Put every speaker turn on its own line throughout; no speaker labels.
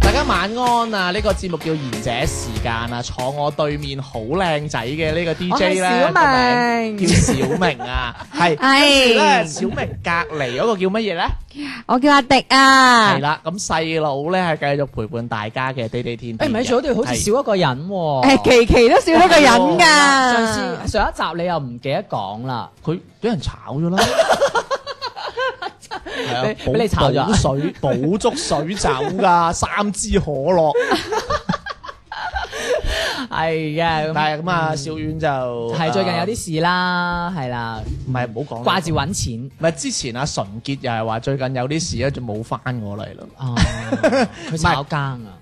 大家晚安啊！呢個節目叫賢者時間啊，坐我對面好靚仔嘅呢個 DJ
係小
咧，個名叫小明啊， 係跟住咧，小明隔離嗰個叫乜嘢咧？
我叫阿迪啊
係，啦，咁細佬咧係繼續陪伴大家嘅地地
誒
天天嘅。
唔係，早段好似
係
少一個人喎。
誒，琪琪都少咗個人
上
Dạ.
噶
次。上一集你又唔記得講啦，
佢俾人炒 咗啦。係啊
俾俾你炒咗啊
補 水，補足水酒噶， 三支可樂。
係嘅，咁
但係咁啊，小遠就
嗯
啊
係最近有啲事啦，係啦，
唔係唔好講啦
掛住揾錢。
唔係之前阿純潔又係話最近有啲事咧，就冇翻我嚟咯。
哦，佢炒更啊！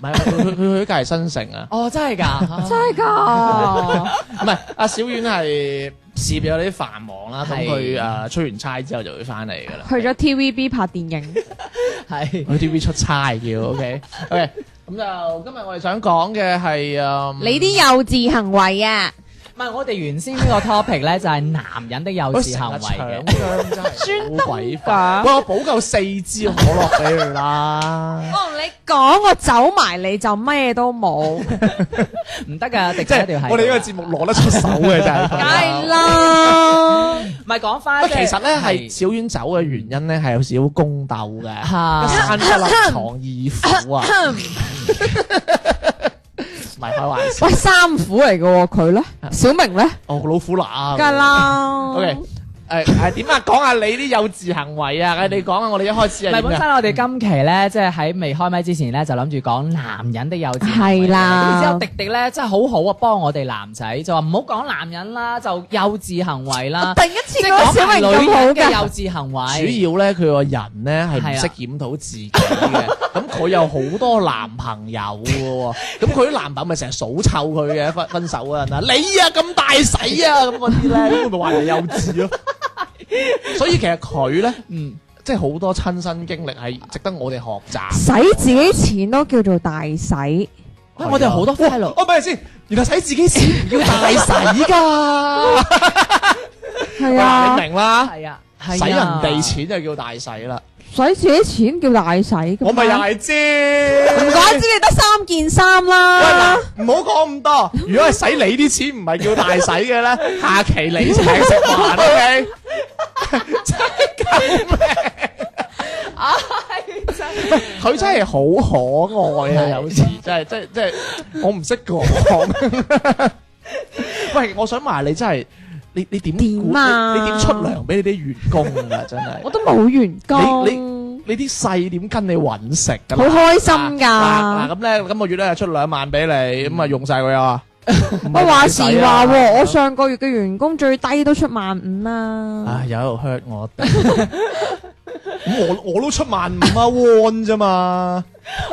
唔係 佢佢佢佢梗係新城啊，
哦，真係 㗎，
Oh
真係 Oh 噶，
唔係阿小遠係事業有啲繁忙啦，咁
係
佢誒出完差之後就會翻嚟㗎啦。
去咗 TVB 拍電影，
係
去 TV 出差叫 OK OK，咁就今日我哋想講嘅係嗯誒
你啲幼稚行為啊，
唔係我哋原先呢個 topic 咧就係男人的幼
我
稚行
成日
為嘅，
搶槍真 係好鬼煩
㗎
喂，我補夠四支可樂俾佢啦
我。同你講，我走埋你就咩都冇，
唔得㗎，迪
即
仔一定要
係
係
我哋呢個節目攞得出手嘅真係。
梗係啦，
唔係講翻，
喂，其 實咧係
係啊
小丸走嘅原因咧係有少少宮鬥嘅，
嚇
一山不立藏二虎啊，唔係開 玩笑，
喂，三虎嚟嘅喎，佢咧，小明咧，
哦老虎乸啊，
梗係啦
，OK，誒誒點啊？講下你啲幼稚行為啊！你講下我哋一開
嗯
始
唔係
係
本
點啊？
身我哋今期咧，即係喺未開麥之前咧，就諗住講男人的幼稚行為嘅。
係啦
咁然之後迪迪咧真係好好啊，幫我哋男仔就話唔好講男人啦，就幼稚行為啦
突，然一次
即係
見到
講
啊小
埋
明
女
咁好
人嘅
嘅，
幼稚行
主
為。
要啊咧，佢個人咧係唔
係啊
識檢討自己
啊
嘅，咁佢有好多男朋友 嘅喎，咁佢啲男朋友咪成日數臭佢嘅分分手嗰陣啊，你啊咁大使啊咁嗰 啲咧，咁佢咪話人幼稚咯。所以其實佢咧，
嗯，
即係好多親身經歷係值得我哋學習。
使自己錢都叫做大 使。
喂我哋好多 file，
哦，咪先，原來使自己錢唔叫大使 㗎，
係
嗱
啊
你，明啦，
係啊，係啊
哎
使人哋。錢就叫大使啦。
使自己錢叫大使㗎嘛
我咪又係知，
啊唔怪之你得三件衫
喂嗱
啦。，
唔好講咁多。如果係使你啲錢唔係叫大使嘅 咧，下期你請食飯，OK？真係救命！佢真係好可愛啊！有時真係真係真係，我唔識講。 喂，我想問下你真係，你你點
點啊
你你點出糧俾你啲員工啊？真係，
我都冇員
你
工，
你啲細點跟你揾食㗎
好
啦？
開心
嗱嗱
噶。
咁咧，今個月咧出兩萬俾你，咁啊用晒佢 啊！唔
我
係
話
大
時
使
話
啊
喎，我上個月嘅員工最低都出萬五啦。
唉，哎有喺度 hurt 我哋。咁我我都出萬五啊 one 啫 嘛，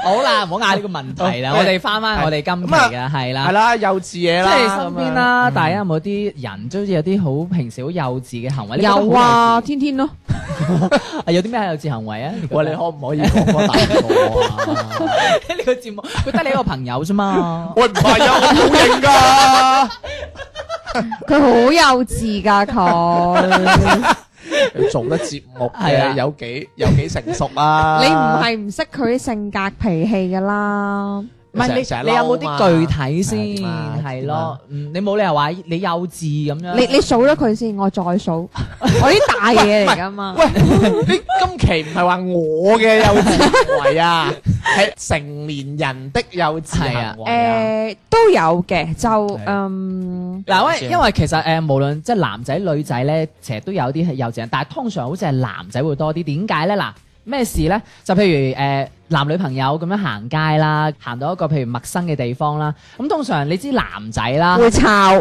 好啦，唔好嗌呢個問題啦，
哦
我哋翻翻我哋今期
咁
嘅係
啊
啦
係。啦，幼稚嘢
即
啦，
係身邊
咁樣。
啦，大家有冇啲人即好似有啲好平時好幼稚嘅行為？你覺得好
有啊，
幼稚，
天天咯，
啊有啲咩幼稚行為啊？
喂，你可唔可以講個大個 啊？
呢個節目，佢得你一個朋友啫嘛。
喂，唔係啊，我冇認 㗎。
佢好幼稚噶 佢。
你做得節目
係啊
嘅有幾有幾成熟啊？
你唔係唔識佢性格脾氣噶啦。
唔係
成日
你，你有冇啲具體先
成日嬲嘛
啊係
點啊
咯？嗯你冇理由話你幼稚咁樣。
你你數咗佢先，我再 數。我啲大嘢嚟噶嘛。
喂，你今期唔係話我嘅幼稚行為 啊，係成年人的幼稚行為啊。
誒都有嘅，就
係
嗯
嗱，喂，因為其實誒，無論即係男仔女仔咧，成日都有啲係幼稚人，但係通常好似係男仔會多啲。點解咧？嗱，咩事咧？就譬如誒、呃男女朋友咁樣行街啦，行到一個譬如陌生嘅地方啦，咁通常你知男仔啦，
會吵。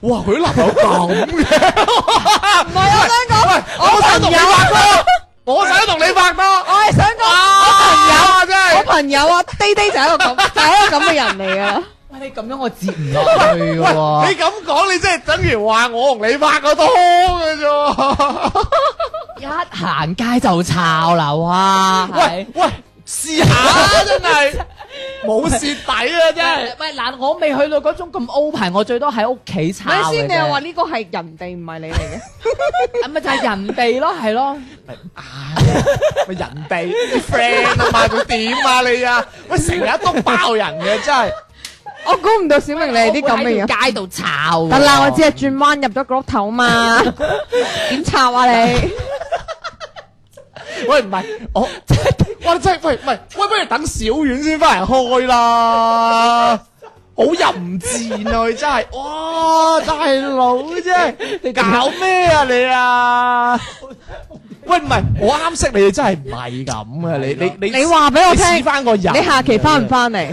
哇！佢啲男朋友咁嘅，
唔係我想講，
我想同你拍拖，我想同你拍拖，
我係想講，我
啊真
朋友，我
係。
朋友啊，滴滴就係一個咁，就係一個咁嘅人嚟噶啦。
喂，你咁樣我接唔落去嘅喎。
你咁講，你真係等於話我同你拍過拖嘅啫。
一行街就抄啦，哇！
喂 喂，試下啊真係冇蝕底啊！真係
係，喂嗱，我未去到嗰種咁 open，我最多喺屋企抄
咪
嘅
先，你又話
啫。
呢個係人哋唔係你嚟嘅，
咪就係人哋咯，係咯。
咪人哋啲 friend 啊嘛，仲點啊你啊？喂，成日都爆人嘅真係。
我估唔到小明你係啲咁嘅
我會喺
人。
條街度抄。
得啦，我只係轉彎入咗個屋頭嘛， 點插啊你？
喂，唔係我，哇！真係喂，唔係喂，不如等小丸先翻嚟開啦。好淫賤啊！佢真係，哇！大佬真係，你搞咩啊你啊？喂，唔係我啱識你，真係唔係咁啊！你你你
你話俾我聽
試翻個人，
你下期翻唔？翻嚟？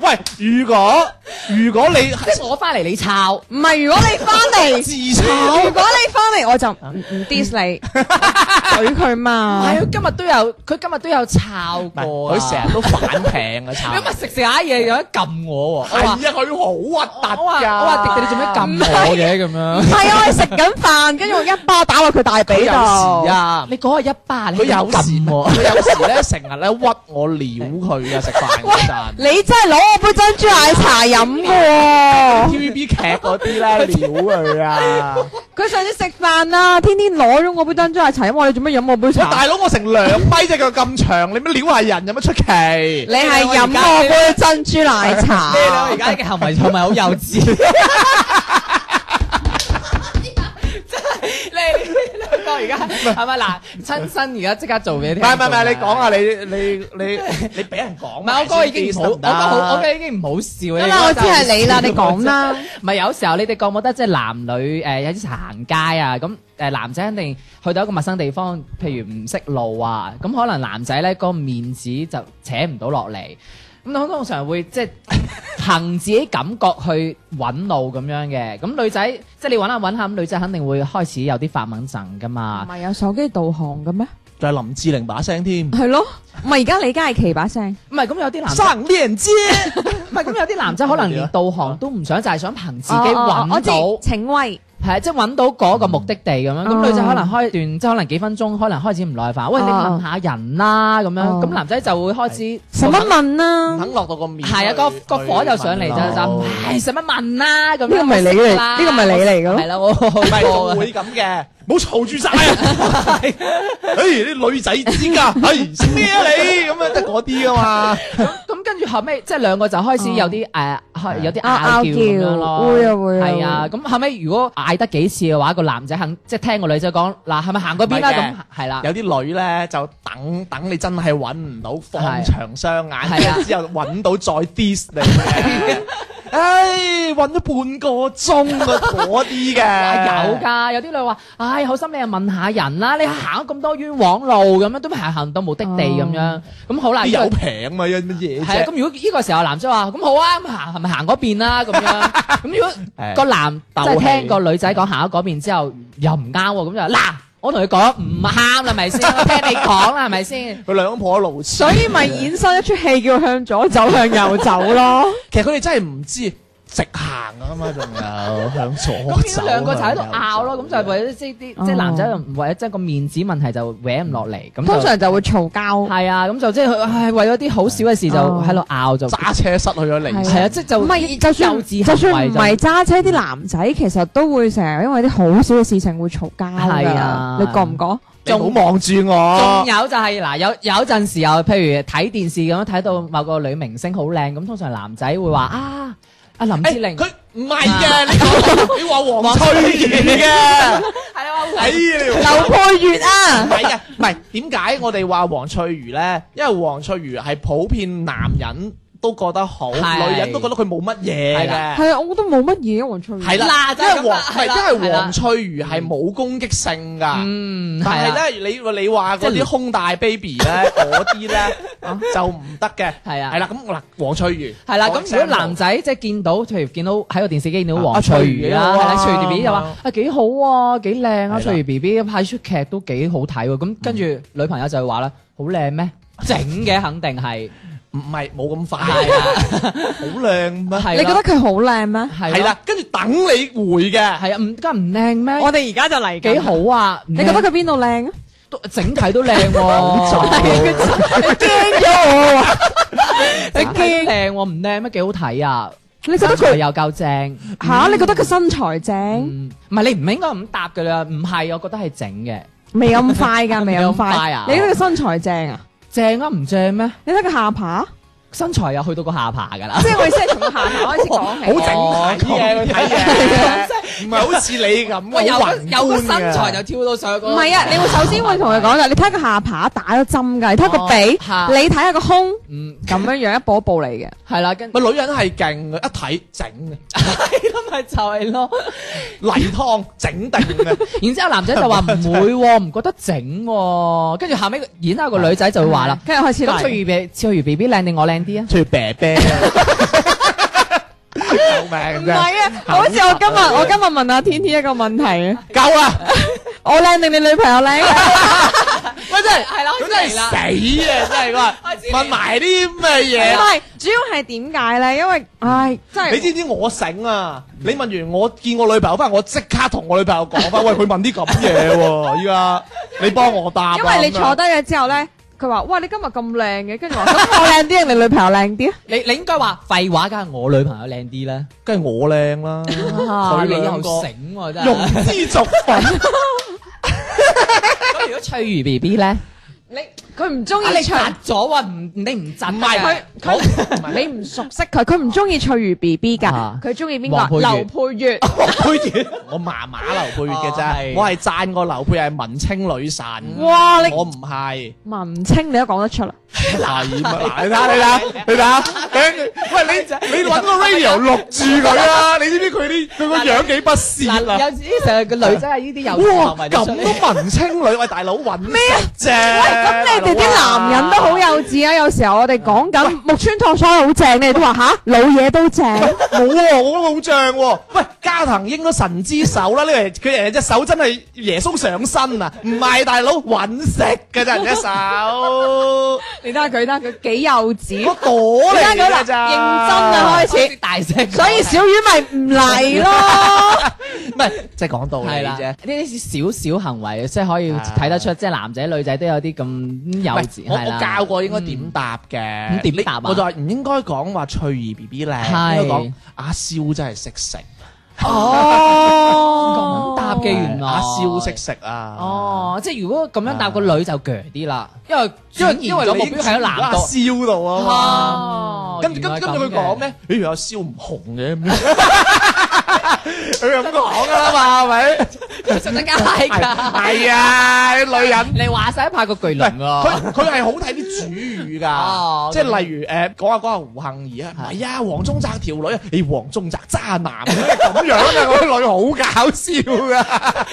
喂，如果如果你
即係我翻嚟你抄。
唔係，如果你翻嚟，
自嘲
如。果你翻嚟，我就唔唔 dis 你， 啊懟佢
唔
嘛
係，。佢今日都有，佢今日都有抄
唔係
過啊
佢成日都反艇啊！
你
慘
咪食食下嘢有得撳我喎。我話
係啊，佢好核突㗎。
我話我 話迪迪，你做咩撳我嘅咁樣？
係啊，我係食緊飯，跟住我一巴打落佢大髀
佢有時
度。
啊，
你嗰個一巴，你
佢有時
撳我。
佢有時咧成日咧屈我撩佢啊！食飯嗰 陣
你真係攞我杯珍珠奶茶飲噶喎！
，TVB 劇嗰啲 咧撩佢啊！
佢上次食飯啊，天天攞咗我杯珍珠奶茶飲，我話你做咩飲我杯
喂，
茶啊
大？佬我成兩米隻腳咁長，你乜撩下人有乜出
你
奇？
係飲我杯珍珠奶茶。
你兩個而家嘅行為係咪好幼稚？真係你你兩個而家係咪嗱？親身而家即刻做俾你
唔
聽
係唔係唔係，你講下你你你你俾人講
唔
埋
係
先。
我哥已經唔好，我哥好，我哥已經唔好笑
得啦，我知係你啦，你講。啦。
唔係有時候你哋覺唔覺得即係男女誒、有啲時行街啊，咁誒、男仔肯定去到一個陌生地方，譬如唔識路啊，咁可能男仔咧個面子就扯唔到落嚟。咁通常會 即係憑自己感覺去揾路咁樣嘅，咁女仔即係你揾下揾下，咁女仔肯定會開始有啲發猛陣噶
唔
嘛。
係有手機導航嘅咩？
就係林志玲 把聲添。
係咯，唔係而家李佳琦把聲。
唔係咁有啲男仔，
生連接，
唔係咁有啲男仔可能連導航都唔想，就係想憑自己
Ờ, 哦
揾到。
我知請威。
係啊，即係揾到嗰個目的地咁樣，咁、
嗯
女仔可能開段即係可能幾分鐘，可能開始唔耐煩，喂你問下人啦咁樣，
哦
咁、男仔就會開始
使乜問
唔
啊？
肯落到個面。
係啊，個個火就上嚟就就，唉使乜問啦咁樣。
呢個咪你嚟呢個咪你嚟嘅咯
係啦，我
唔
去
係
過
我
嘅。
會咁嘅，冇嘈住晒啊！唉，啲女仔知㗎，唉，識咩啊你咁樣得嗰啲啊嘛，
咁跟住後尾，即係兩個就開始有啲誒，開有啲
啊
拗
拗
撬咁樣咯。
撬會啊會啊
係啊，咁後尾如果嗌得幾次嘅話，個男仔肯即係聽個女仔講嗱，係咪行嗰邊啦？
唔係嘅
咁係啦。
有啲女咧就等等你真係揾唔到，放長雙眼，
係啊
跟住之後揾到再 dis 你嘅。唉，揾咗半個鐘啊，嗰啲
啊
嘅
有㗎，有啲女話：，唉，好心你又問下人啦，你行咗咁多冤枉路咁樣，都行行到目的地咁樣，咁好啦。呢
啲
個
有平嘛，有乜嘢
係啊，
啫
咁？如果呢個時候男仔話：，咁好啊，咁行係咪行嗰邊啦？咁樣，咁如果
誒
個男即
鬥
係
氣
聽個女仔講行咗嗰邊之後，又唔啱喎，咁就嗱，我同佢講唔啱啦，咪先，我聽你講啦，係咪先？
佢兩婆路痴
所以咪衍生一出戲叫向左走向右走咯。
其實佢哋真係唔知直行啊嘛，仲有向左
咁變咗
走。
兩個就喺度
向右
拗咯，
走
咁就係為咗即係啲即係
哦
男仔又唔為咗即係個面子問題就搲唔落嚟，咁
通
就。
常就會嘈交。
係啊，咁就即係佢唉，為咗啲好少嘅事就
哦
喺度拗就，
揸車失去咗理
係
性
係啊，即係就
唔係，就算
幼稚
就
行為
算唔
就
係揸車，啲男仔其實都會成日因為啲好少嘅事情會嘈交
係啊
㗎。你覺唔覺？
你唔好望住我
仲。有就係、嗱，有有陣時候，譬如睇電視咁樣睇到某個女明星好靚，咁通常男仔會話啊，阿林志玲，
哎佢唔係嘅，你 講你話黃翠怡嘅，
係啊，
哎呀，
劉佩月
唔
啊，
係嘅，唔係點解我哋話黃翠如咧？因為黃翠如係普遍男人都覺得好，
係
女人都覺得佢冇乜嘢
係啦
嘅。
係啊，我覺得冇乜嘢黃翠如。
係啦
嗱，就係
因為
咁啦
黃
啊
係
係啦
因為
係啦
黃翠如係冇攻擊性㗎。
嗯，
但
係啦，
係咧，你你話嗰
即
啲
係啊
胸大 baby 咧，嗰啲咧就唔得嘅。
係啊
係啦，咁嗱，黃翠如
係啦。咁如果男
仔
仔即係見到，譬如見到喺個電視機見到
啊
黃翠如啦，係
啊
啦，
翠
翠
如
如 B B 就
啊
話啊幾好啊，幾靚啊，
係啦
翠如 B B 拍出劇都幾好睇喎。咁跟住女朋友就話啦，好靚咩？整嘅肯定係
唔係冇咁快，
係啊，
好靚咩？
係
你覺得
咯
佢好靚咩？
係
係
啦，
啦，跟住等你回嘅。
係啊，唔得唔靚咩？
哋而家就嚟
幾好啊！
你
你
覺得佢邊度靚啊？
都整體都靚 喎，啊你驚靚喎，唔靚咩？幾好睇啊！
你覺得
身材
佢
又夠正
吓？你覺得佢身材正？
嗯，唔係你唔應該咁答噶啦，唔係，我覺得係整嘅，
未咁 快㗎，未
未
咁
咁快
快
啊
你覺得佢身材正啊？
正啊唔正咩？
你睇佢下巴，
身材又去到個下巴噶啦
即，係我意思係從下巴開始講
好
起。
整體嘅佢睇嘢， 唔係好似你 咁好宏觀嘅。
跳到上
唔 係啊，你會首先會同佢講噶，你睇個下巴打咗針㗎，你睇個
哦嚇
鼻，你睇下個胸，
嗯
咁樣樣一步一步嚟嘅。
係啦，跟
咪女人係勁嘅，一睇整
咁咪就 係咯，
嘅，泥湯整定嘅，
然之後男仔就話唔會喎，唔覺得整喎，跟住後尾，然後個女仔就會話啦，
跟住開始
咁翠
嚟。
如 B 翠如 B B 靚定我靚啲啊？
最啤啤。 救命
唔
啫！
係啊，好似我今日我今日問阿天天一個問題啊，
夠啦，
我靚定你女朋 友
啊
靚？啊
喂真係
係啦
咁真係
嚟
死
啦
啊！真係
開始
話
嚟
問埋啲咁嘅
唔
嘢。
係，主要係點解咧？因為唉，真係
你知唔知我醒啊？你問完我見我女朋友翻，我即刻同我女朋友講翻，喂佢問啲咁嘢喎，依家你幫我答啊。
因為你
咁樣
坐低咗之後咧，佢話：哇，你今日咁靚嘅， 跟住我話咁我靚啲定你女朋友靚啲啊？
你你應該話廢話，梗係我女朋友靚啲啦，
梗係我靚啦，
啊
佢你
兩
又
個
醒喎真
用
係。
之作粉。
咁如果翠如 B B 咧，
你佢唔中
啊
意
你
長
窒咗喎，唔你唔窒
唔係
㗎
好唔係
你唔熟悉佢，佢唔中意翠如 B B
啊
㗎，佢中意邊
黃佩
個？
瑜
劉佩啊玥。
劉佩玥，我麻麻劉佩玥嘅
哦
啫，
係
我係讚過劉佩玥係文青女神。
哇！你
我唔係，
文青你都講得出啦，
係嘛嗱你睇下，你睇下，你睇下，喂你你揾個 radio 錄住佢啊！你知唔知佢啲佢個樣幾不屑啊？
嗱，有時成日個女仔係呢啲有
哇！
行為
哦咁
啊出嚟
都文青女，喂大佬揾咩啫？
咁
咁
你哋啲男人都好幼稚啊！有時候我哋講緊木村拓哉好正，你哋都話 吓老嘢都正，
冇喎，我覺得好正喎。喂，加藤英都神之手啦，呢個人佢人哋隻手真係耶穌上身啊！唔係大佬揾食嘅啫，人隻手
你睇下佢啦，佢幾幼
個
稚，
朵
你
嚟
睇佢啦，
嘅
認真
咋？
啊開
開始
始，
大聲，
所以小丸咪唔嚟咯。
唔係即係講道理
係啦，呢
啫。
啲少少行為，即係可以睇得出，即係男仔女仔都有啲咁幼
唔係
稚，
我
係
我
啦。
教過應該點答嘅？
嗯點答啊
你我就話唔應該講話翠兒 B B 靚，應
係
該講阿蕭真係識食。
哦
咁答嘅原來
阿蕭識食啊！
哦，即係如果咁樣答
啊
個女就鋸啲啦，因為
因為因
為
為
目標喺男度。
燒度啊嘛。
哦
跟住跟
原來
跟住佢
咁嘅
講咩？咦，有燒唔紅 嘅咁樣 佢咁講噶啦嘛，係咪？
實質係㗎。
係啊，啲女人。
你話晒拍個巨
喂
輪喎，
佢佢係好睇啲主語
哦
㗎，即係例如誒講下講下胡杏兒啊，唔
係
係啊，黃宗澤條女啊，誒黃宗澤渣男 咁樣啊，嗰啲女好搞笑㗎，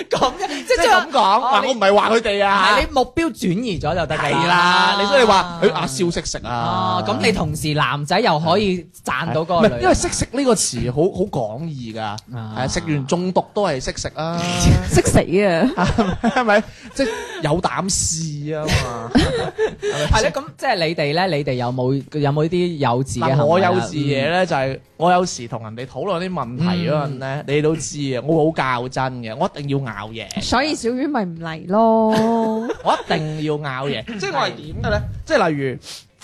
咁嘅即
即係
將
咁講。嗱，
你
我唔係話佢哋啊
係，你目標轉移咗就得㗎
係啦，你所以話佢阿笑識食啊
哦，，咁你同時男仔又可以賺到嗰個啊
唔係
女，
因為識食呢個詞好好廣義㗎，係食完中毒都係識食 啊，
識死啊！
係咪？即係有膽試啊嘛。
係咧，咁即係你哋咧，你哋有冇有冇呢啲幼稚嘅行為啊？
嗱，我幼稚嘢咧就係我有時同人哋討論啲問題嗰陣
嗯
咧，你都知啊，我好較真嘅，我一定要拗嘢，
所以小丸咪唔嚟咯。
我一定要拗嘢。 即係我係點嘅咧？即係例如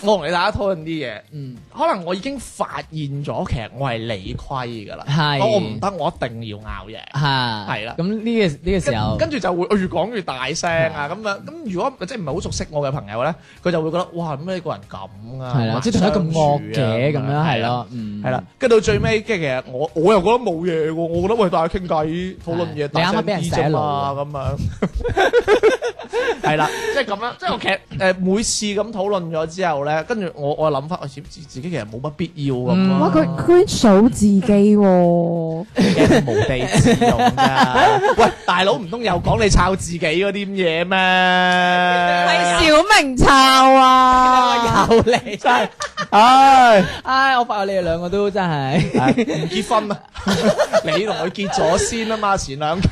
我同你大家討論啲嘢。
嗯，
可能我已經發現咗，其實我係理虧㗎啦。
係
我唔得，我一定要拗嘢。
嗯，嚇，
係啦
咁呢個呢個時候
跟，跟住就會我越講越大聲啊咁樣。咁如果即係唔係好熟悉我嘅朋友咧，佢就會覺得哇，點解呢個人咁啊？
係啦，即係同佢咁惡嘅咁
相處
樣
啊
係。咯，嗯，
係啦，跟住到最尾，跟住其實我我又覺得冇嘢喎，我覺得喂大家傾偈討論嘢，
嗯係你啱啱俾人洗腦
啊
啊
咁樣，係啦，即係咁樣，即係我其實誒每次咁討論咗之後咧，咧，跟住我我諗翻，我自自自己其實冇乜必要咁啊
嗯
咯。
哇！佢佢數自己喎，
無地自容噶。喂，大佬唔通又講你抄自己嗰啲咁嘢咩？
小明抄 啊！
有你真係，
唉，
唉，我發覺你哋兩個都真係，
唉唔結婚啊！ 你同佢結咗先啊嘛，前兩期。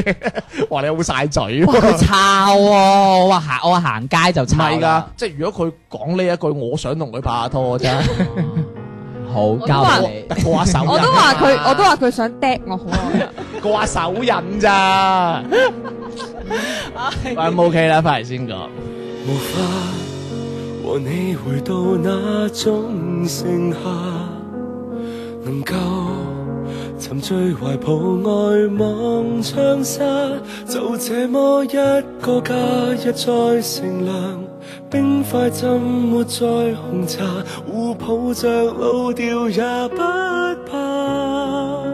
哇，你好晒嘴
哇
喎！
佢抄喎，我話行我話行街就
唔
抄，
係㗎，，即係如果佢講呢一句，我想同佢拍下拖真係
好
都話
交俾你。
過下手印，
我都話佢，我都話佢想嗲我好耐。
過下手印咋。咁 OK 啦，翻嚟先講。
无法和你回到那种盛夏，能够沉醉怀抱外望窗纱，就这么一个假日再乘凉，冰块浸没在红茶，互抱着老掉也不怕。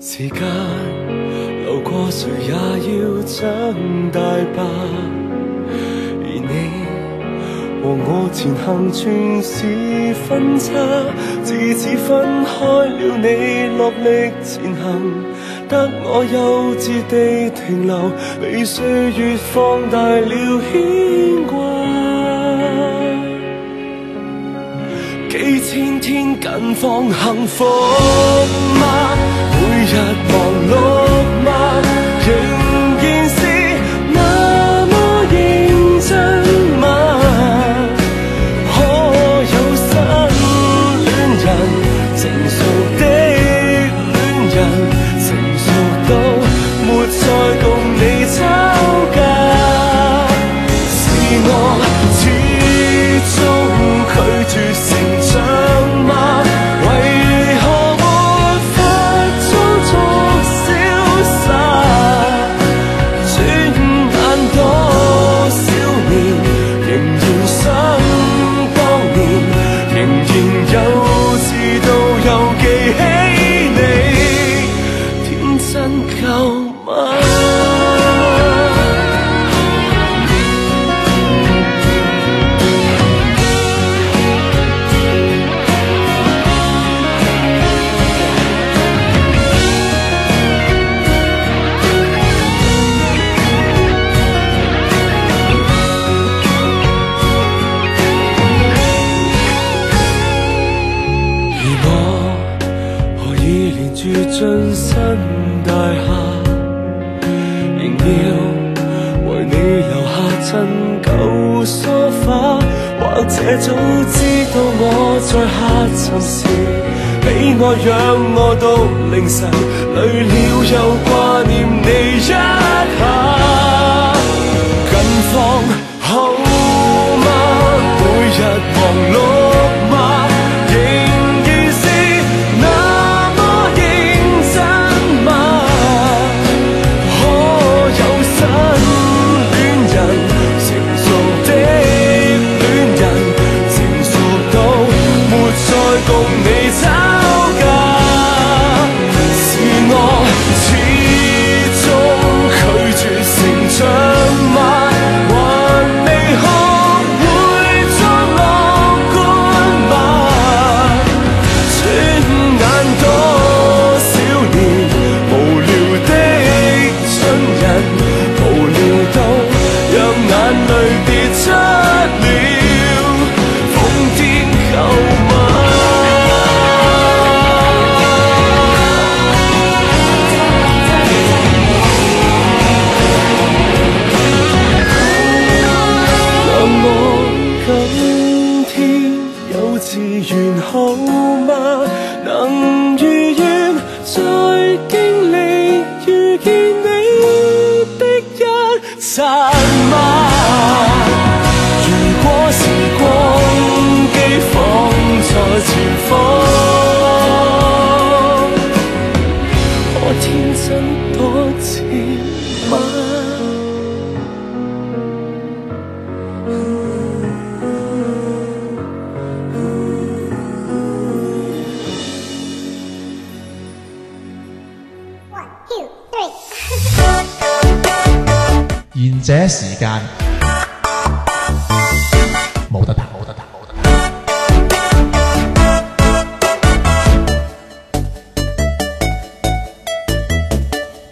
时间流过，谁也要长大吧。而你和我前行全是分岔，自此分开了你落力前行，得我幼稚地停留，被歲月放大了牽掛。幾千天近況幸福嗎？每日忙碌嗎？仍然是那麼認真嗎？可有新戀人，成熟的戀人，成熟到沒再共你吵架。是我始終拒絕成長嗎？為何沒法操作瀟灑？轉眼多少年，仍然想當年，仍然幼稚到又記起你，天真夠嗎？而我何以連住進新大廈，仍要為你留下陳舊梳化？或者早知道我在下沉時，俾我仰我到凌晨，累了又掛念你一下。近況好嗎？每日忙碌嗎？仍然是那麼認真嗎？可有新戀人，成熟的戀人，成熟到沒再共你吵架，是我始終。拒絕成長嗎？還未學會再樂觀嗎？轉眼多少年，無聊的信人，無聊到讓眼淚跌出了瘋癲購物。讓我今天幼稚園好嗎？能如願再經歷遇見你的一剎嗎？如果時光機放在前方，我天真多次嗎？
One, two, three.
賢者時間。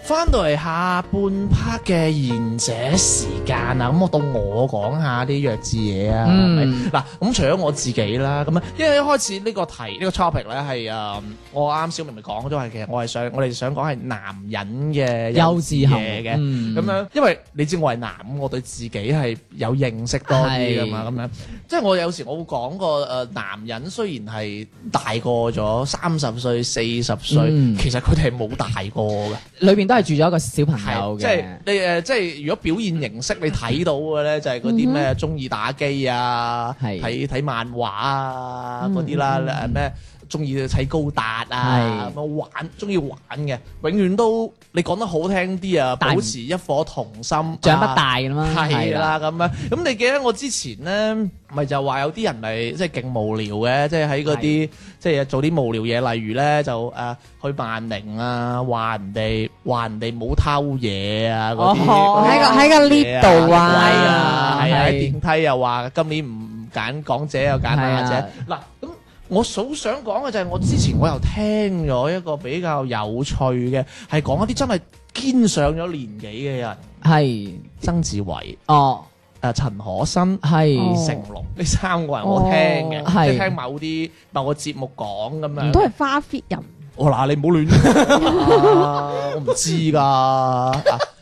翻到嚟下半 part 嘅賢者時間啊，咁我到我講下啲弱智嘢啊，係咪
嗯
嗱，咁除咗我自己啦，咁啊，因為一開始呢個題呢、個 topic 咧係誒，我啱小明咪講咗係，其實我係想我哋想講係男人嘅
幼稚行為
嘢嘅，咁、
嗯
樣，因為你知我係男，我對自己係有認識多啲噶嘛，咁樣，即係我有時我會講個誒、呃男人雖然係大個咗三十歲、四十歲，
嗯
其實佢哋係冇大過嘅。
裏邊都係住咗一個小朋
係，呃
友
即係
嘅，
你誒，即係呃如果表現形式你睇到嘅咧，就係嗰啲咩中意打機啊，
嗯係嗯
睇睇漫畫啊嗰啲啦，誒咩中意砌高達啊，
係
咁樣玩，中意玩嘅，永遠都你講得好聽啲啊，
大唔
保持一顆童心，啊
長不大咁啦，
係啦，咁樣。咁你記得我之前咧，咪就話有啲人咪即係勁無聊嘅，即係喺嗰啲即係做啲無聊嘢，例如咧就誒、呃去萬寧啊，話人哋話人哋冇偷嘢啊嗰啲，
哦喺個喺個 lift 度啊
係啊，係啊，喺
係
電梯又話今年唔唔揀港姐又揀亞姐
係啊，
嗱咁。我好想講嘅就係我之前我又聽咗一個比較有趣嘅，係講一啲真係堅上咗年紀嘅人，
係
曾志偉。
哦，
誒陳可辛、
係
成龍呢三個人我聽嘅，
哦
即
係
係聽某啲某個節目講咁樣。
都係花 fit 人，
我嗱你唔好亂講啊，我唔知㗎。啊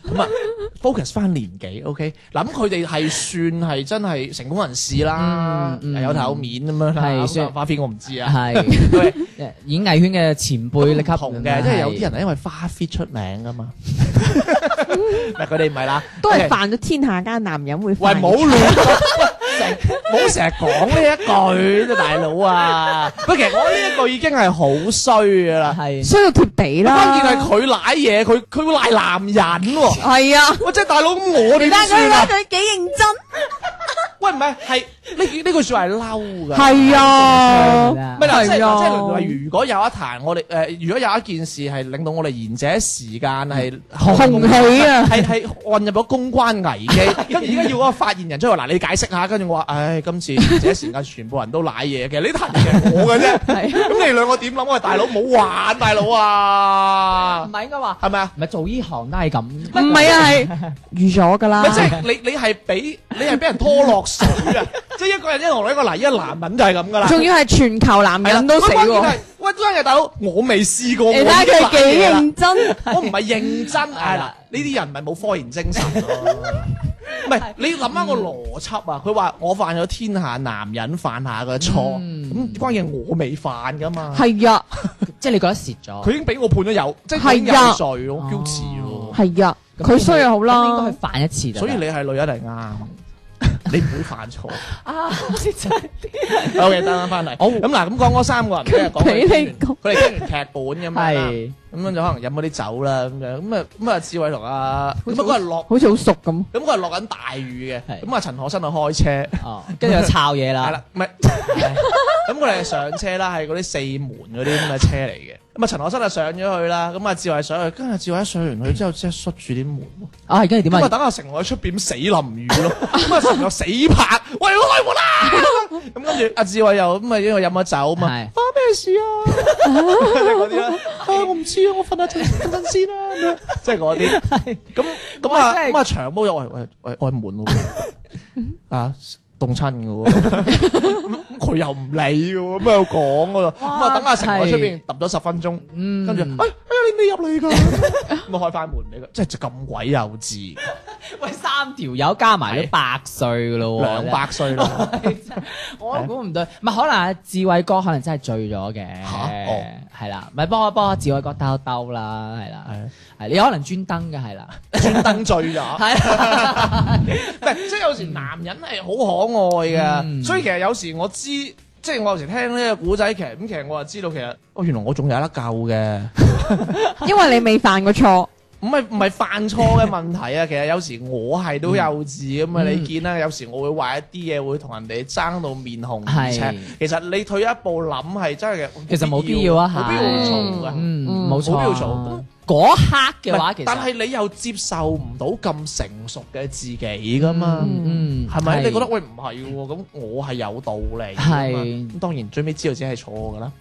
咁啊，focus 翻年紀，OK。嗱咁佢哋係算係真係成功人士啦，
嗯嗯
有頭有面咁樣啦。
係
咁
算
啊花邊我唔知啊。
係
喂
演藝圈嘅前輩你級啊
唔同嘅，即係有啲人係因為花 fit 出名㗎嘛。嗱佢哋唔係啦，
都係
OK
犯咗天下間男人會
喂，
犯嘅
冇亂成， 冇成日講呢一句啫，大佬啊！不過其實我呢一句已經係好衰噶啦。
係
衰到貼地啦。
關鍵係佢賴嘢，佢佢會賴男人喎。
係啊，
喂，即係大佬，咁我哋
你
點算啊？
佢幾認真。
喂，唔係，係呢呢句説話係嬲㗎。
係啊，
咪嗱，即係
係啊
即係例如，如果有一壇我哋誒、呃如果有一件事係令到我哋賢者時間係
紅起啊
係係混入咗公關危 機，跟住而家要嗰個發言人出嚟嗱，你解釋下，跟住我話，唉，今次賢者時間全部人都賴嘢嘅，呢壇嘢係我嘅啫， 咁你兩個點諗？喂，大佬唔好玩，大佬啊
唔，係應該話，
係咪啊？
唔係做呢行都係咁，
唔係啊，係預咗㗎啦
咪。 即係你你係俾你係俾人拖落水啊！即係一個人一同一個嗱，依家男人就係咁噶啦。
仲要係全球男
係啦
人都死
喂關鍵
喎
係。喂，真係大佬，我未試過。
你睇下佢幾認真，
我唔係認 真，係啦，呢啲人咪冇科研精神咯。唔係你諗下個邏輯啊！佢話我犯咗天下男人犯下嘅錯，
嗯
咁關鍵我未犯噶嘛。
係啊，
即係你覺得蝕咗
佢。已經俾我判咗有，即係佢已經
係
有
啊
罪咯，我 guilty 咯。
係啊，佢衰就好
咁應該
啦
去。犯一次就得。
所以你係女人係 啱，你唔會犯錯。
啊，
OK，得啦，翻嚟。
好
咁嗱，咁講嗰三個人，即係講佢哋
俾你
傾完佢哋傾完劇本咁樣啦
係
咁樣就可能飲嗰啲酒啦，咁樣咁啊咁啊，志偉同阿咁啊嗰日落
好似好熟咁，
咁嗰日落緊大雨嘅，
係
咁啊陳可辛就開車，
哦，跟住就抄嘢
係
啦。
啦，唔係，咁佢哋上車啦，係嗰啲四門嗰啲咁嘅車嚟嘅，咁啊陳可辛就上咗去啦，咁啊志偉上去，跟住志偉一上完去之後，即係塞住啲門，
啊，跟住點
咁啊
啊？
等阿成龍喺出邊死淋雨咯，咁啊成龍死拍，喂開門啦，咁跟住阿志偉又咁啊因為飲咗酒嘛，
係
花咩事啊，即係嗰啲啦，啊我唔知啊，我瞓下陣瞓陣先啦，咁樣 即係嗰啲。咁咁啊
真係
咁啊長毛又喂喂喂喂門 喎，啊凍親嘅喎，咁佢又唔理嘅喎，咁喺度講嘅喎，咁啊等阿成喺出邊揼咗十分鐘，
嗯
跟住哎哎呀你未 入嚟㗎，咁啊開翻門俾佢，即係咁鬼幼稚，
喂，三條友加埋都百歲噶咯喎，
兩百歲啦，
我都估唔到，唔係可能阿志偉哥可能真係醉咗嘅，
吓哦
係啦，咪幫我幫我志偉哥兜兜啦，係啦，係你可能專登嘅係啦，
專登醉咗。
係啦，
唔係，即係有時男人係好可愛嘅，
嗯
所以其實有時我知，即係我有時聽呢個古仔劇，咁其實我就知道其實，哦原來我仲有得救嘅，
因為你未犯過錯。
唔係唔係犯錯嘅問題啊，其 實有時我係都幼稚咁啊，
嗯
你見啦，有時我會話一啲嘢會同人哋爭到面紅耳
係
赤，其實你退一步諗係真係嘅，
其實冇必要啊
冇必要
係
嘈嘅。
嗯，
嗯
冇
冇
錯，
必要嘈。咁
嗰刻嘅話，
唔係
其實
但係你又接受唔到咁成熟嘅自己噶嘛？
嗯
係
係
咪？你覺得喂唔係喎？咁我係有道理㗎嘛。
係
咁當然最尾知道自己係錯㗎啦。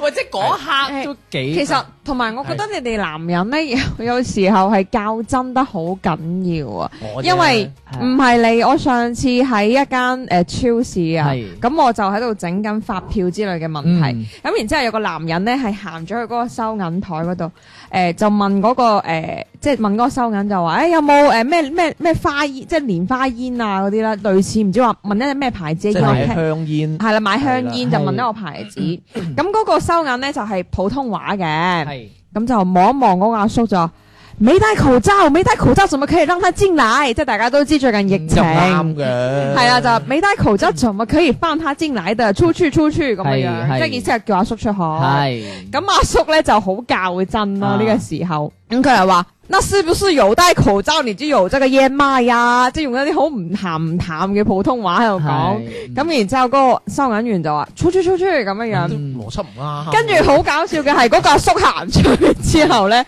喂，即係嗰刻
係
都幾
其實同埋，我覺得你哋男人咧，有 有時候係較真得好緊要啊。
我啫
因為唔係你，我上次喺一間誒、呃超市啊
係，
咁我就喺度整緊發票之類嘅問題，
嗯
咁、然之後有個男人咧係行咗去嗰個收銀台嗰度，誒、就問嗰、個、呃、即係問嗰個收銀就話，誒、哎有冇誒咩咩咩花煙，即係蓮花煙啊嗰啲啦，類似唔知話問一隻咩牌子
即
嘅
係
煙我
買
聽
香煙，
係啦，買香煙
係
就
啦
問一個牌子，咁嗰個收銀咧就係普通話嘅。
係
咁就望一望嗰個阿叔就話：沒戴口罩，沒戴口罩怎麼可以讓他進來？即係大家都知最近疫
就
情，
啱
嗯
係
嘅。
啊，就沒戴口罩怎麼可以放他進來的？出去出去咁樣
係
樣，
係
即係意思係叫阿叔出去。咁
係
阿叔咧就好較真
啊
咯，呢個時候，
嗯
咁佢又話：那是不是有戴口罩你就有這個煙賣呀？即係用一啲好唔鹹唔淡嘅普通話喺度講。
係
咁然之後嗰個收銀員就話：出去出去咁樣樣。
嗯
邏輯唔啱。
跟住好搞笑嘅係嗰個阿叔行出去之後咧，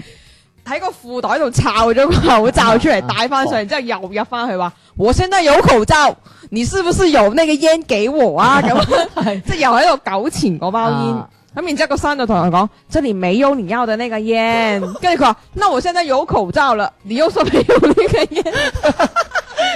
喺個褲袋度摷咗個口罩出嚟戴翻上，然之後又入翻去話：我現在有口罩，你是不是有那個煙給我啊？ 咁即係又喺度糾纏嗰包煙。
啊
咁然之後個生就同佢講：這裡沒有你要的那個煙。 跟住佢話：那我現在有口罩了，你又說沒有那個煙，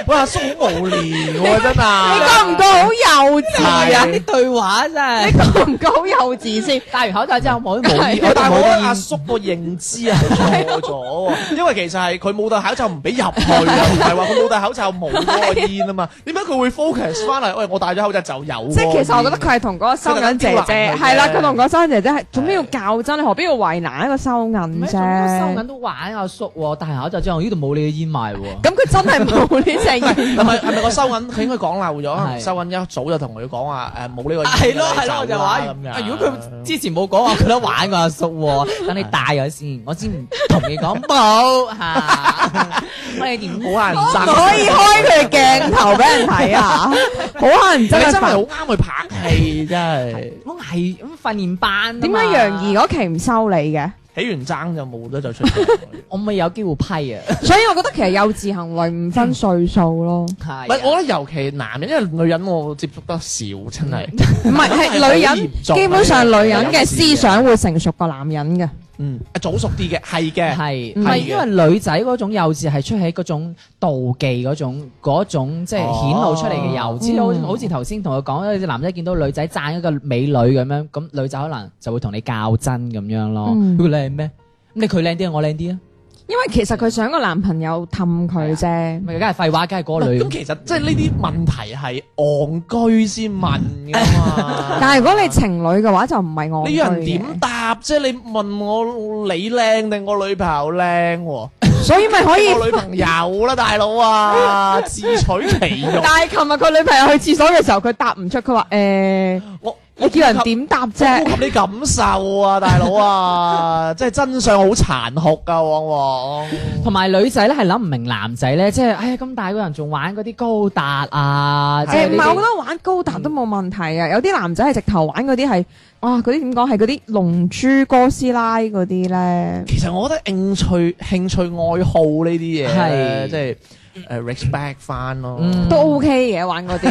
喂阿叔好無聊喎，真
你
係。
覺唔覺好幼稚啊？
啲對話真
你
係
覺唔覺好幼稚先？
戴完口罩之 後冇冇煙，
喂但係我覺
冇
得阿
煙
叔個認知係錯咗喎，因為其實係佢冇戴口罩唔俾入去啊，唔係話佢冇戴口罩冇嗰個煙啊嘛。點解佢會 focus 翻嚟？喂，我戴咗口罩就有喎。
即係其實我覺得佢係同嗰個收銀姐姐係啦，佢同嗰個收銀姐姐係做咩要較真？你何必要為難一個收銀
唔係，
啫？
咁收緊都玩啊阿叔喎，戴完口罩之後呢度冇你嘅煙賣喎。
咁佢真係冇呢隻
係咪係咪個收銀佢應該講漏咗？可能
係
收銀一早就同佢講話誒冇呢個
係
煙
咯
你
係咯，我
走
就
啦
話
咁
啊
樣。
如果佢之前冇講，我覺得玩啊過阿叔喎。
等你戴咗先，我先唔同你講冇 嚇。我哋點
好難
煙，
爭
唔可以開佢鏡頭俾人睇啊！好乞人
你
憎
真係
啊！
好啱去拍戲，真係
我係咁訓練班啊嘛。
點解楊怡嗰期唔收你嘅？
起完爭就冇得再出鏡。
我咪有機會批啊？
所以我覺得其實幼稚行為唔分歲數咯，
係啊。
唔係，我覺得尤其男人，因為女人我接觸得少，真係。
唔係係女
好
人
嚴，重啊
基本上女人
呢
嘅
個
思想會成熟過男人嘅。
嗯，早熟啲嘅，係 嘅。
係，
嗯
唔係因為女仔嗰種幼稚係出喺嗰種妒忌嗰種嗰種即係顯露出嚟嘅幼稚，好似
嗯
好似頭先同佢講，有啲男仔見到女仔讚一個美女咁樣，咁女仔可能就會同你較真咁樣咯。
嗯
佢靚咩？咁你佢靚啲啊，我靚啲啊？
因為其實佢想個男朋友氹佢啫，
咪梗係廢話，梗係嗰 個女
咁。其實即係呢啲問題係戇居先問㗎嘛。
但係如果你情侶嘅話就唔係我。
你要人點答啫？你問我你靚定我女朋友靚喎？
所以咪可以。
我女朋友啦，大佬 啊，自取其辱。
但係琴日佢女朋友去廁所嘅時候，佢答唔出，佢話誒，
我
你叫人點答
顧
啫？
及你感受啊，大佬 啊，即係真相好殘酷噶，往往。
同埋女仔咧係諗唔明男仔咧，即係哎呀咁大個人仲玩嗰啲高達啊，即
誒
係
唔
呢
係，我覺
啲
得玩高達都冇問題啊。有啲男仔係直頭玩嗰啲係，哇！嗰啲點講係嗰啲龍珠哥斯拉嗰啲咧，
其實我覺得興趣、興趣愛好呢啲嘢咧，
係
即係。誒 respect 翻咯，
嗯
都 OK 嘅玩嗰 啲，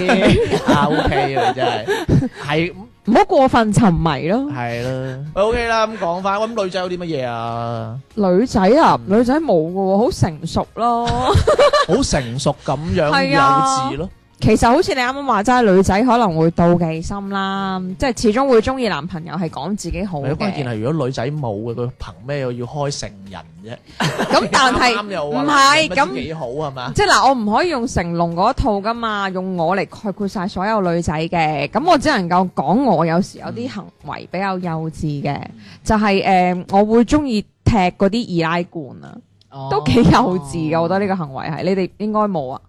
啊 OK 啊，你真係係
唔好過分沉迷咯。
係啦，OK Ờ, 啦，咁講翻，咁女仔有啲乜嘢啊？
女仔啊，女仔冇嘅喎，好成熟咯。
好成熟咁樣
係
幼
啊
稚咯，
其實好似你啱啱話齋，女仔可能會妒忌心啦，即係始終會中意男朋友係講自己好
咪
嘅。
關鍵係如果女仔冇嘅，佢憑咩要開成人啫？
咁但係
啱啱又
唔
話
係
乜
咁
幾好係嘛？
即係嗱，我唔可以用成龍嗰一套噶嘛，用我嚟概括晒所有女仔嘅。咁我只能夠講我有時有啲行為比較幼稚嘅，就係、誒、我會中意踢嗰啲易拉罐啊，
哦
都幾幼稚嘅。我覺得呢個行為係你哋應該冇啊，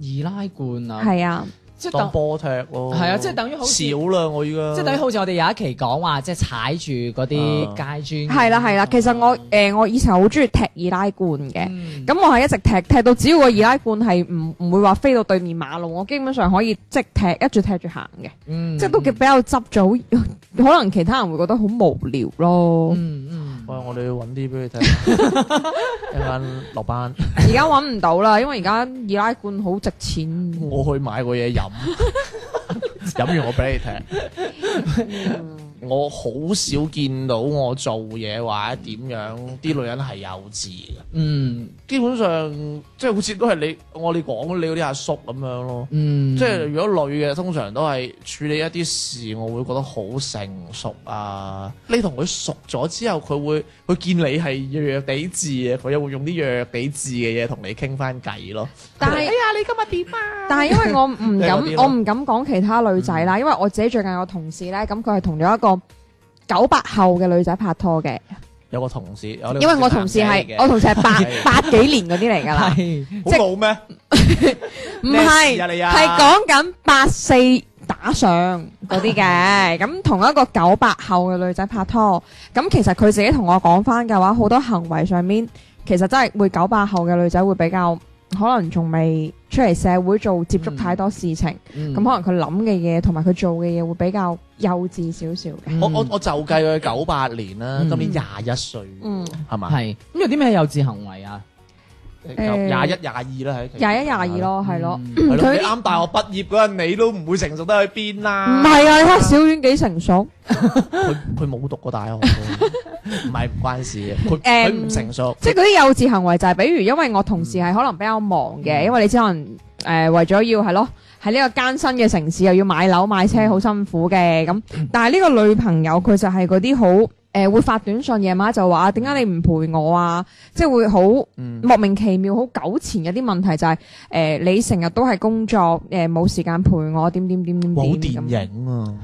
易拉罐啊，
係啊，
即係
當
等
波踢咯，
係啊即係等於好似
少啦，我依家
即係等於好似我哋有一期講話，即係踩住嗰
啊
啲街磚。
係啦
哦
係啦。其實我誒、我以前好中意踢易拉罐嘅。
嗯
咁我係一直踢踢到，只要個易拉罐係唔唔會話飛到對面馬路，我基本上可以即踢一住踢住行嘅。
嗯
即係都幾比較執咗，可能其他人會覺得好無聊咯。
嗯嗯，
喂，我哋要揾啲俾佢睇，一間落班，
而家揾唔到啦，因為而家易拉罐好值錢。
我去買個嘢飲， 飲完我俾你睇。
嗯
我好少見到我做嘢或者點樣，啲女人係幼稚嘅。
嗯
基本上即係好似都係你我哋講你嗰啲阿叔咁樣咯。
嗯，
即係如果女嘅通常都係處理一啲事，我會覺得好成熟啊！你同佢熟咗之後，佢會佢見你係弱弱地字嘅，佢又會用啲弱弱地字嘅嘢同你傾翻偈咯。
但係，哎呀，你今日點啊？但係因為我
即係嗰啲
唔敢，
咯
我唔敢講其他女仔啦，因為我自己最近有個同事咧，咁佢係同咗一個九八後嘅女仔拍拖嘅，
有個同事，有呢個
因為我同事
男
係
仔嚟嘅
我同事係八八幾年嗰啲嚟㗎啦，
係
即
好
係
老咩？
唔
咩事啊
係
你啊
係講緊八四打上嗰啲嘅，咁同一個九八後嘅女仔拍拖，咁其實佢自己同我講翻嘅話，好多行為上面其實真係會九八後嘅女仔會比較可能仲未出嚟社會做接觸太多事情。
咁
咁可能佢諗嘅嘢同埋佢做嘅嘢會比較幼稚少少嘅。
我我我就計佢九八年啦，
嗯
今年廿一歲，
嗯，
係嘛？
係咁有啲咩幼稚行為啊？
誒
誒
廿一廿二啦，喺
廿一廿二。咯，哦係咯，
嗯
係咯，
佢
你啱大學畢業嗰陣，你都唔會成熟得去邊
唔
啦。
係啊！你睇小丸幾成熟，
佢佢冇讀過大學喎，唔係唔關事嘅，佢
誒
佢唔成熟，
即係嗰啲幼稚行為就係，比如因為我同事係可能比較忙嘅，因為你知可能誒為咗要係咯，喺呢個艱辛嘅城市又要買樓買車，好辛苦嘅咁。但係呢個女朋友佢就係嗰啲好。誒、會發短信，夜晚就話啊點解你唔陪我啊？即係會好
嗯
莫名其妙好糾纏有啲問題就係、呃你成日都係工作誒冇、時間陪我點點點點點
冇
咁
電影啊，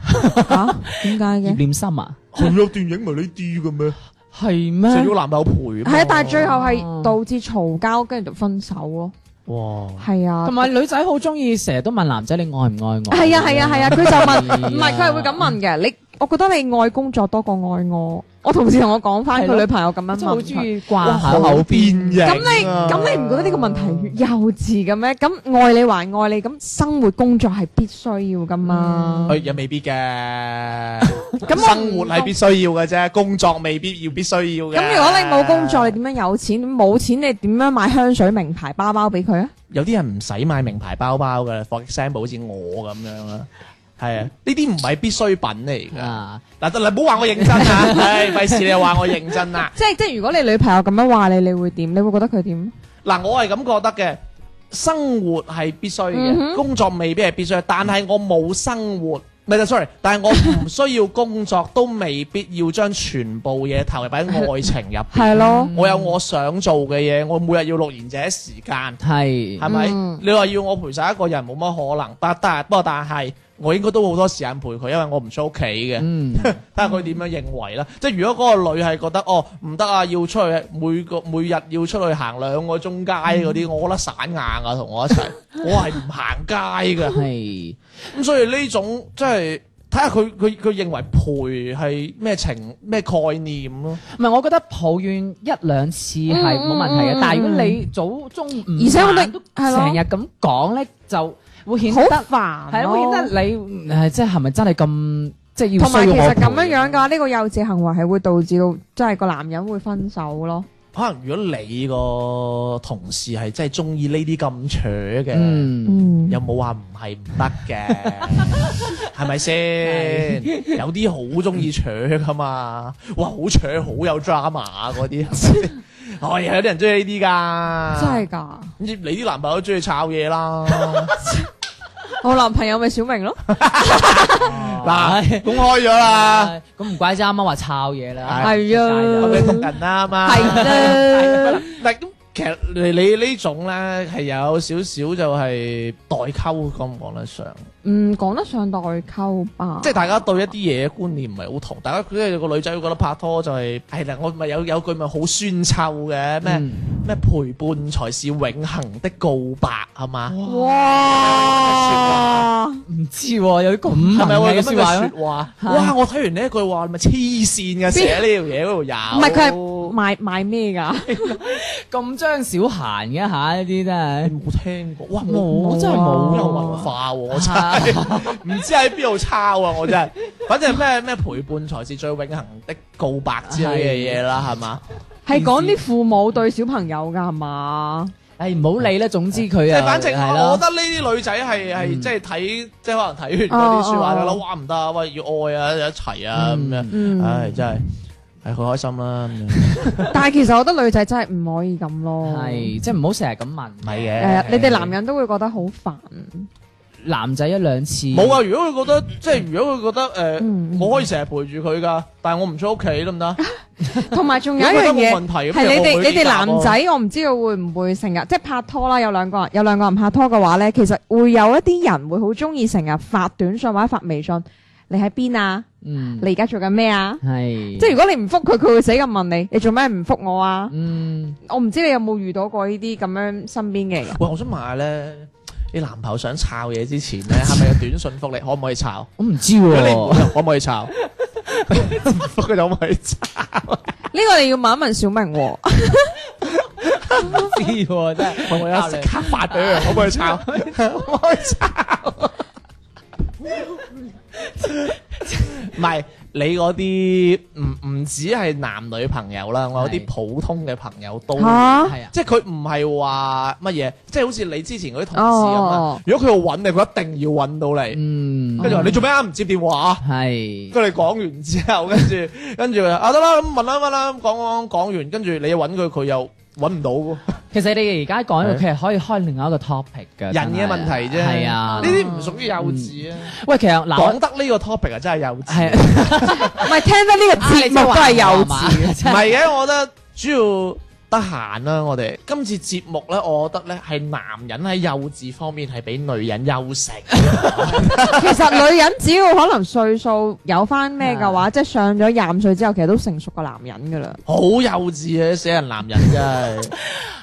嚇點解
葉
嘅？
念心啊？
佢有電影咪呢啲嘅咩？
係
就
咩
要男朋友陪嘛。
係啊，但係最後係導致嘈交，跟住就分手咯。
哇，
係啊
同，埋女仔好中意，成日都問男仔你愛唔愛我？
係啊，係啊，係啊，佢就
係啊
問，唔係佢係會咁問嘅。你，我覺得你愛工作多過愛我。我同事同我講翻
係
佢
咯
女朋友咁樣
真係好
問
中
佢。
意
哇
掛
好
喺口
變
邊。
形啊。
咁你
à.
咁你唔覺得呢個問題幼稚嘅咩？咁愛你還愛你，咁生活工作係必須要噶嘛？
誒又未必嘅，
咁我
生活係必須要嘅啫，工作未必要必須要嘅。
咁如果你冇工作，你點樣有錢？冇錢你點樣買香水、名牌包包俾佢啊？
有啲人唔使買名牌包包嘅，for example 好似我咁樣啦，係啊，呢啲唔係必需品嚟㗎。
啊，
嗱，得啦，唔好話我認真 啊，唉，費事你又話我認真啦。
即係即係，如果你女朋友咁樣話你，你會點？你會覺得佢點？
嗱，我係咁覺得嘅，生活係必須嘅，
嗯哼
工作未必係必須，但係我冇生活。唔係，sorry，但係我唔需要工作，都未必要將全部嘢投入喺愛情入 邊。
係
嗯
咯，
我有我想做嘅嘢，我每日要錄賢者時間，
係
係咪？
嗯
你話要我陪晒一個人冇乜可能，但但不過但係我應該都好多時間陪佢，因為我唔出屋企嘅。
嗯，
睇下佢點樣認為啦。即係如果嗰個女係覺得哦唔得啊，要出去每個每日要出去行兩個鐘街嗰啲，我覺得散硬啊，同我一齊，我係唔行街嘅。
係
咁所以呢種即係睇下佢佢佢認為陪係咩情咩概念咯。
唔係？我覺得抱怨一兩次係冇問題嘅，
嗯
但係如果你早中午
而且我哋
晚都
係咯
成日咁講咧，就會顯
好
得
煩。
係啊，會顯得你誒，即係係咪真係咁即係要
同埋
需
其
要我
實咁
陪
樣樣㗎，呢個幼稚行為係會導致到即係個男人會分手咯。
可能如果你個同事係真係中意呢啲咁扯嘅。
嗯。
嗯，
又冇話唔係唔得嘅， 係咪先？有啲好中意扯噶嘛，哇，好扯，好有 drama 啊嗰啲，係咪 先哎呀，有啲人中意呢啲噶，
真係㗎。
你啲男朋友中意炒嘢啦，
我男朋友咪小明咯，
嗱，公開咗啦，
咁唔怪之啱啱話抄嘢啦，
係
咁
啊
你同人啦嘛，
係啦，
嗱咁。其實你你呢種咧係有少少就係代溝講唔講得上，
嗯，講得上代溝吧。
即係大家對一啲嘢觀念唔係好同，大哎家即係個女仔會覺得拍拖就係係啦，我咪有有句咪好酸臭嘅咩？
嗯
咩陪伴才是永恆的告白係嘛？
哇！
唔知喎，有啲咁
係咪
文
會
氣
有
嘅
咁
説
嘅
話咩
説話？哇！我睇完呢一句話，你咪黐線嘅，寫呢條嘢嗰度有。
唔係佢係賣賣咩㗎？
咁張小閒嘅嚇，呢啲真 係
你冇聽過？哇！
冇啊
我我真係冇有文化喎，我真係唔知喺邊度抄啊！我真係，反正咩咩陪伴才是最永恆的告白之類嘅嘢啦，係嘛？
係講啲父母對小朋友㗎係嘛？
誒唔好理啦。總之佢
即
啊，
係反正
係
我
咯
覺，得呢啲女仔係係即係睇，即係可能睇完嗰啲説話就啦，
嗯哦哦
哇唔得啊，喂要愛啊一齊啊咁樣，
嗯，
唉真係。係佢開心啦，咁樣
但係其實我覺得女仔真係唔可以咁咯。
係即係唔好成日咁問
唔。係
誒、
嘅。
你哋男人都會覺得好煩。
男仔一兩次
冇啊！如果佢覺得即係如果佢覺得
嗯
誒，我可以成日陪住佢噶，但係我唔出屋企得唔得？
同埋仲
有
有一樣嘢
問題咁
係你
又
哋
冇佢
你哋
呢答
男
案
仔，我唔知道會唔會成日即係拍拖啦，有兩個人有兩個人拍拖嘅話咧，其實會有一啲人會好中意成日發短信或者發微信，你喺邊啊？
嗯
你而家做緊咩啊？
係
即係如果你唔復佢，佢會死咁問你：你做咩唔復我啊？
嗯
我唔知你有冇遇到過呢啲咁樣身邊嘅人。
喂，我想問下咧，你男朋友想抄嘢之 前咧，係咪有短信覆你可唔可以
哦
抄？
我唔知
如果你唔
喎。
覆可唔可以抄？ 覆佢就可唔可以抄？
呢個你要問一問小明喎。
知喎，真係
我而家即刻發俾啊佢，可唔可以抄？可唔可以抄？唔係你嗰啲唔唔止係男女朋友啦，我有
係
啲普通嘅朋友都。
吓
係啊，
即係佢唔係話乜嘢，即係好似你之前嗰啲同事咁啊。
哦
如果佢要揾你，佢一定要揾到你。
嗯
跟住話你做咩啊？唔接電話。
係
佢哋講完之後，跟住跟住佢話啊得啦，咁問啦問啦，咁講講講完，跟住你揾佢，佢又揾唔到喎。
其實你哋而家講呢個，
係
其實可以開另外一個 topic 嘅
人嘅問題啫，
係啊嗯
呢。啲唔屬於幼稚啊。
喂，其實嗱，我
講得呢個 topic 啊，真係幼稚。
係
唔係聽得呢個 節目啊
啊
都係幼稚。
稚
唔係嘅，我覺得主要得閒啦。我哋今次節目咧，我覺得咧係男人喺幼稚方面係比女人優勝。
其實女人只要可能歲數有翻咩嘅話，即係上咗廿五歲之後，其實都成熟過男人噶啦。
好幼稚啊！死人男人真係。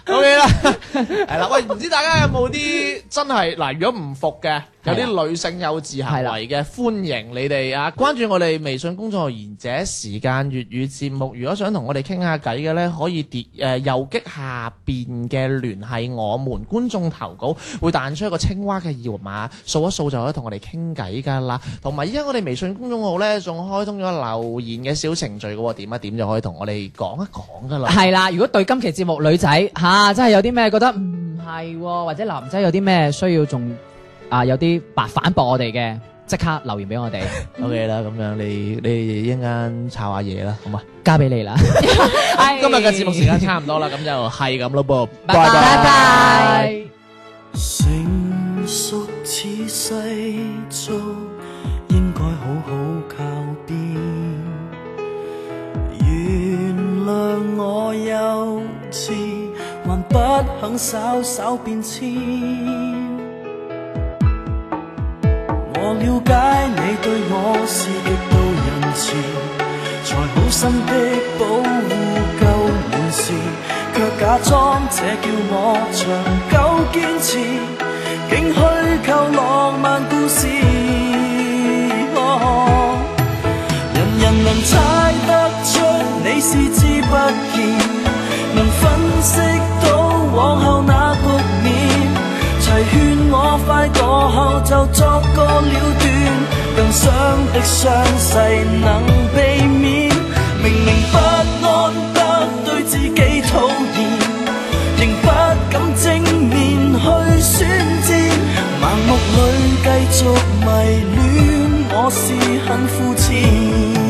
O K 啦，係啦，喂，唔知大家有冇啲真係嗱，如果唔服嘅，有啲女性幼稚行為嘅，歡迎你哋啊！關注我哋微信公眾號賢者時間粵語節目，如果想同我哋傾下偈嘅呢，可以跌誒、呃右擊下邊嘅聯繫我們觀眾投稿，會彈出一個青蛙嘅二維碼，掃一掃就可以同我哋傾偈㗎啦。同埋依家我哋微信公眾號呢，仲開通咗留言嘅小程序嘅喎，點一啊點就可以同我哋講一講㗎 啦。
係啦，如果對今期節目女仔吓、啊真係有啲咩覺得唔係、喎，或者男仔有啲咩需要仲啊有啲白反駁我哋嘅，即刻留言俾我哋，
O K 啦，咁樣你你一陣間炒下嘢啦，好嘛？
交俾你啦。
今日嘅節目時間差唔多啦，咁就係咁咯噃，
拜拜拜。
成熟似世俗，應該好好靠邊。原諒我幼稚，還不肯稍稍變遷。我了解你對我是極度仁慈，才好心的保護舊年事，卻假裝這叫我長久堅持，竟虛構浪漫故事。哦人人能猜得出你是知不見，能分析到往後那局面，齊勸我快過後就作個了斷，更傷的傷勢能避免。明明不安得對自己討厭。仍不敢正面去宣戰，盲目裏繼續迷戀，我是很膚淺。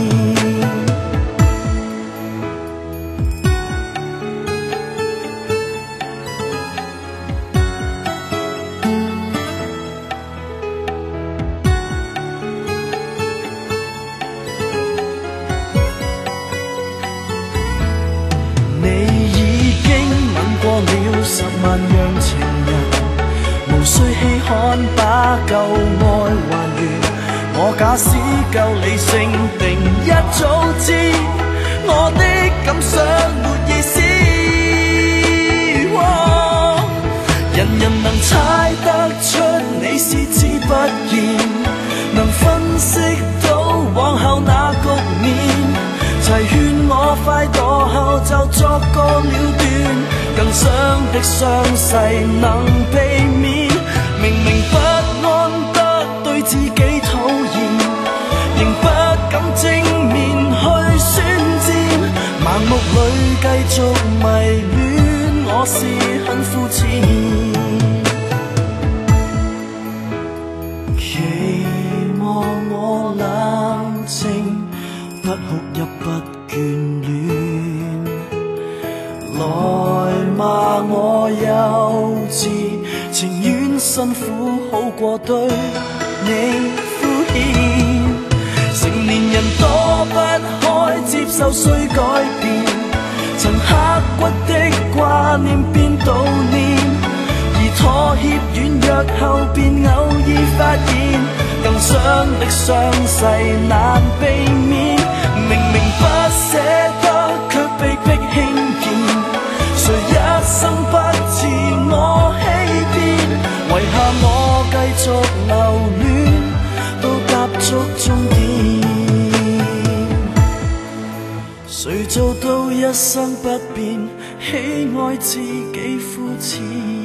你已經吻過了十萬樣情人，無需稀罕把舊愛還原。我假使夠理性，定一早知我的感想沒意思。快墮後就作個了斷，更想的傷勢能避免。明明不安得對自己討厭，仍不敢正面去宣戰，盲目裏繼續迷戀，我是很膚淺。期望我冷靜，不哭泣不眷戀。來罵我幼稚，情願辛苦好過對你敷衍。成年人躲不開接受需改變，曾刻骨的掛念變悼念。而妥協軟弱後，便偶爾發現更傷的傷勢難避免。明明不捨得，卻被迫輕見。誰一生不自我欺騙？遺下我繼續留戀，到踏足終點。誰做到一生不變？喜愛自己膚淺。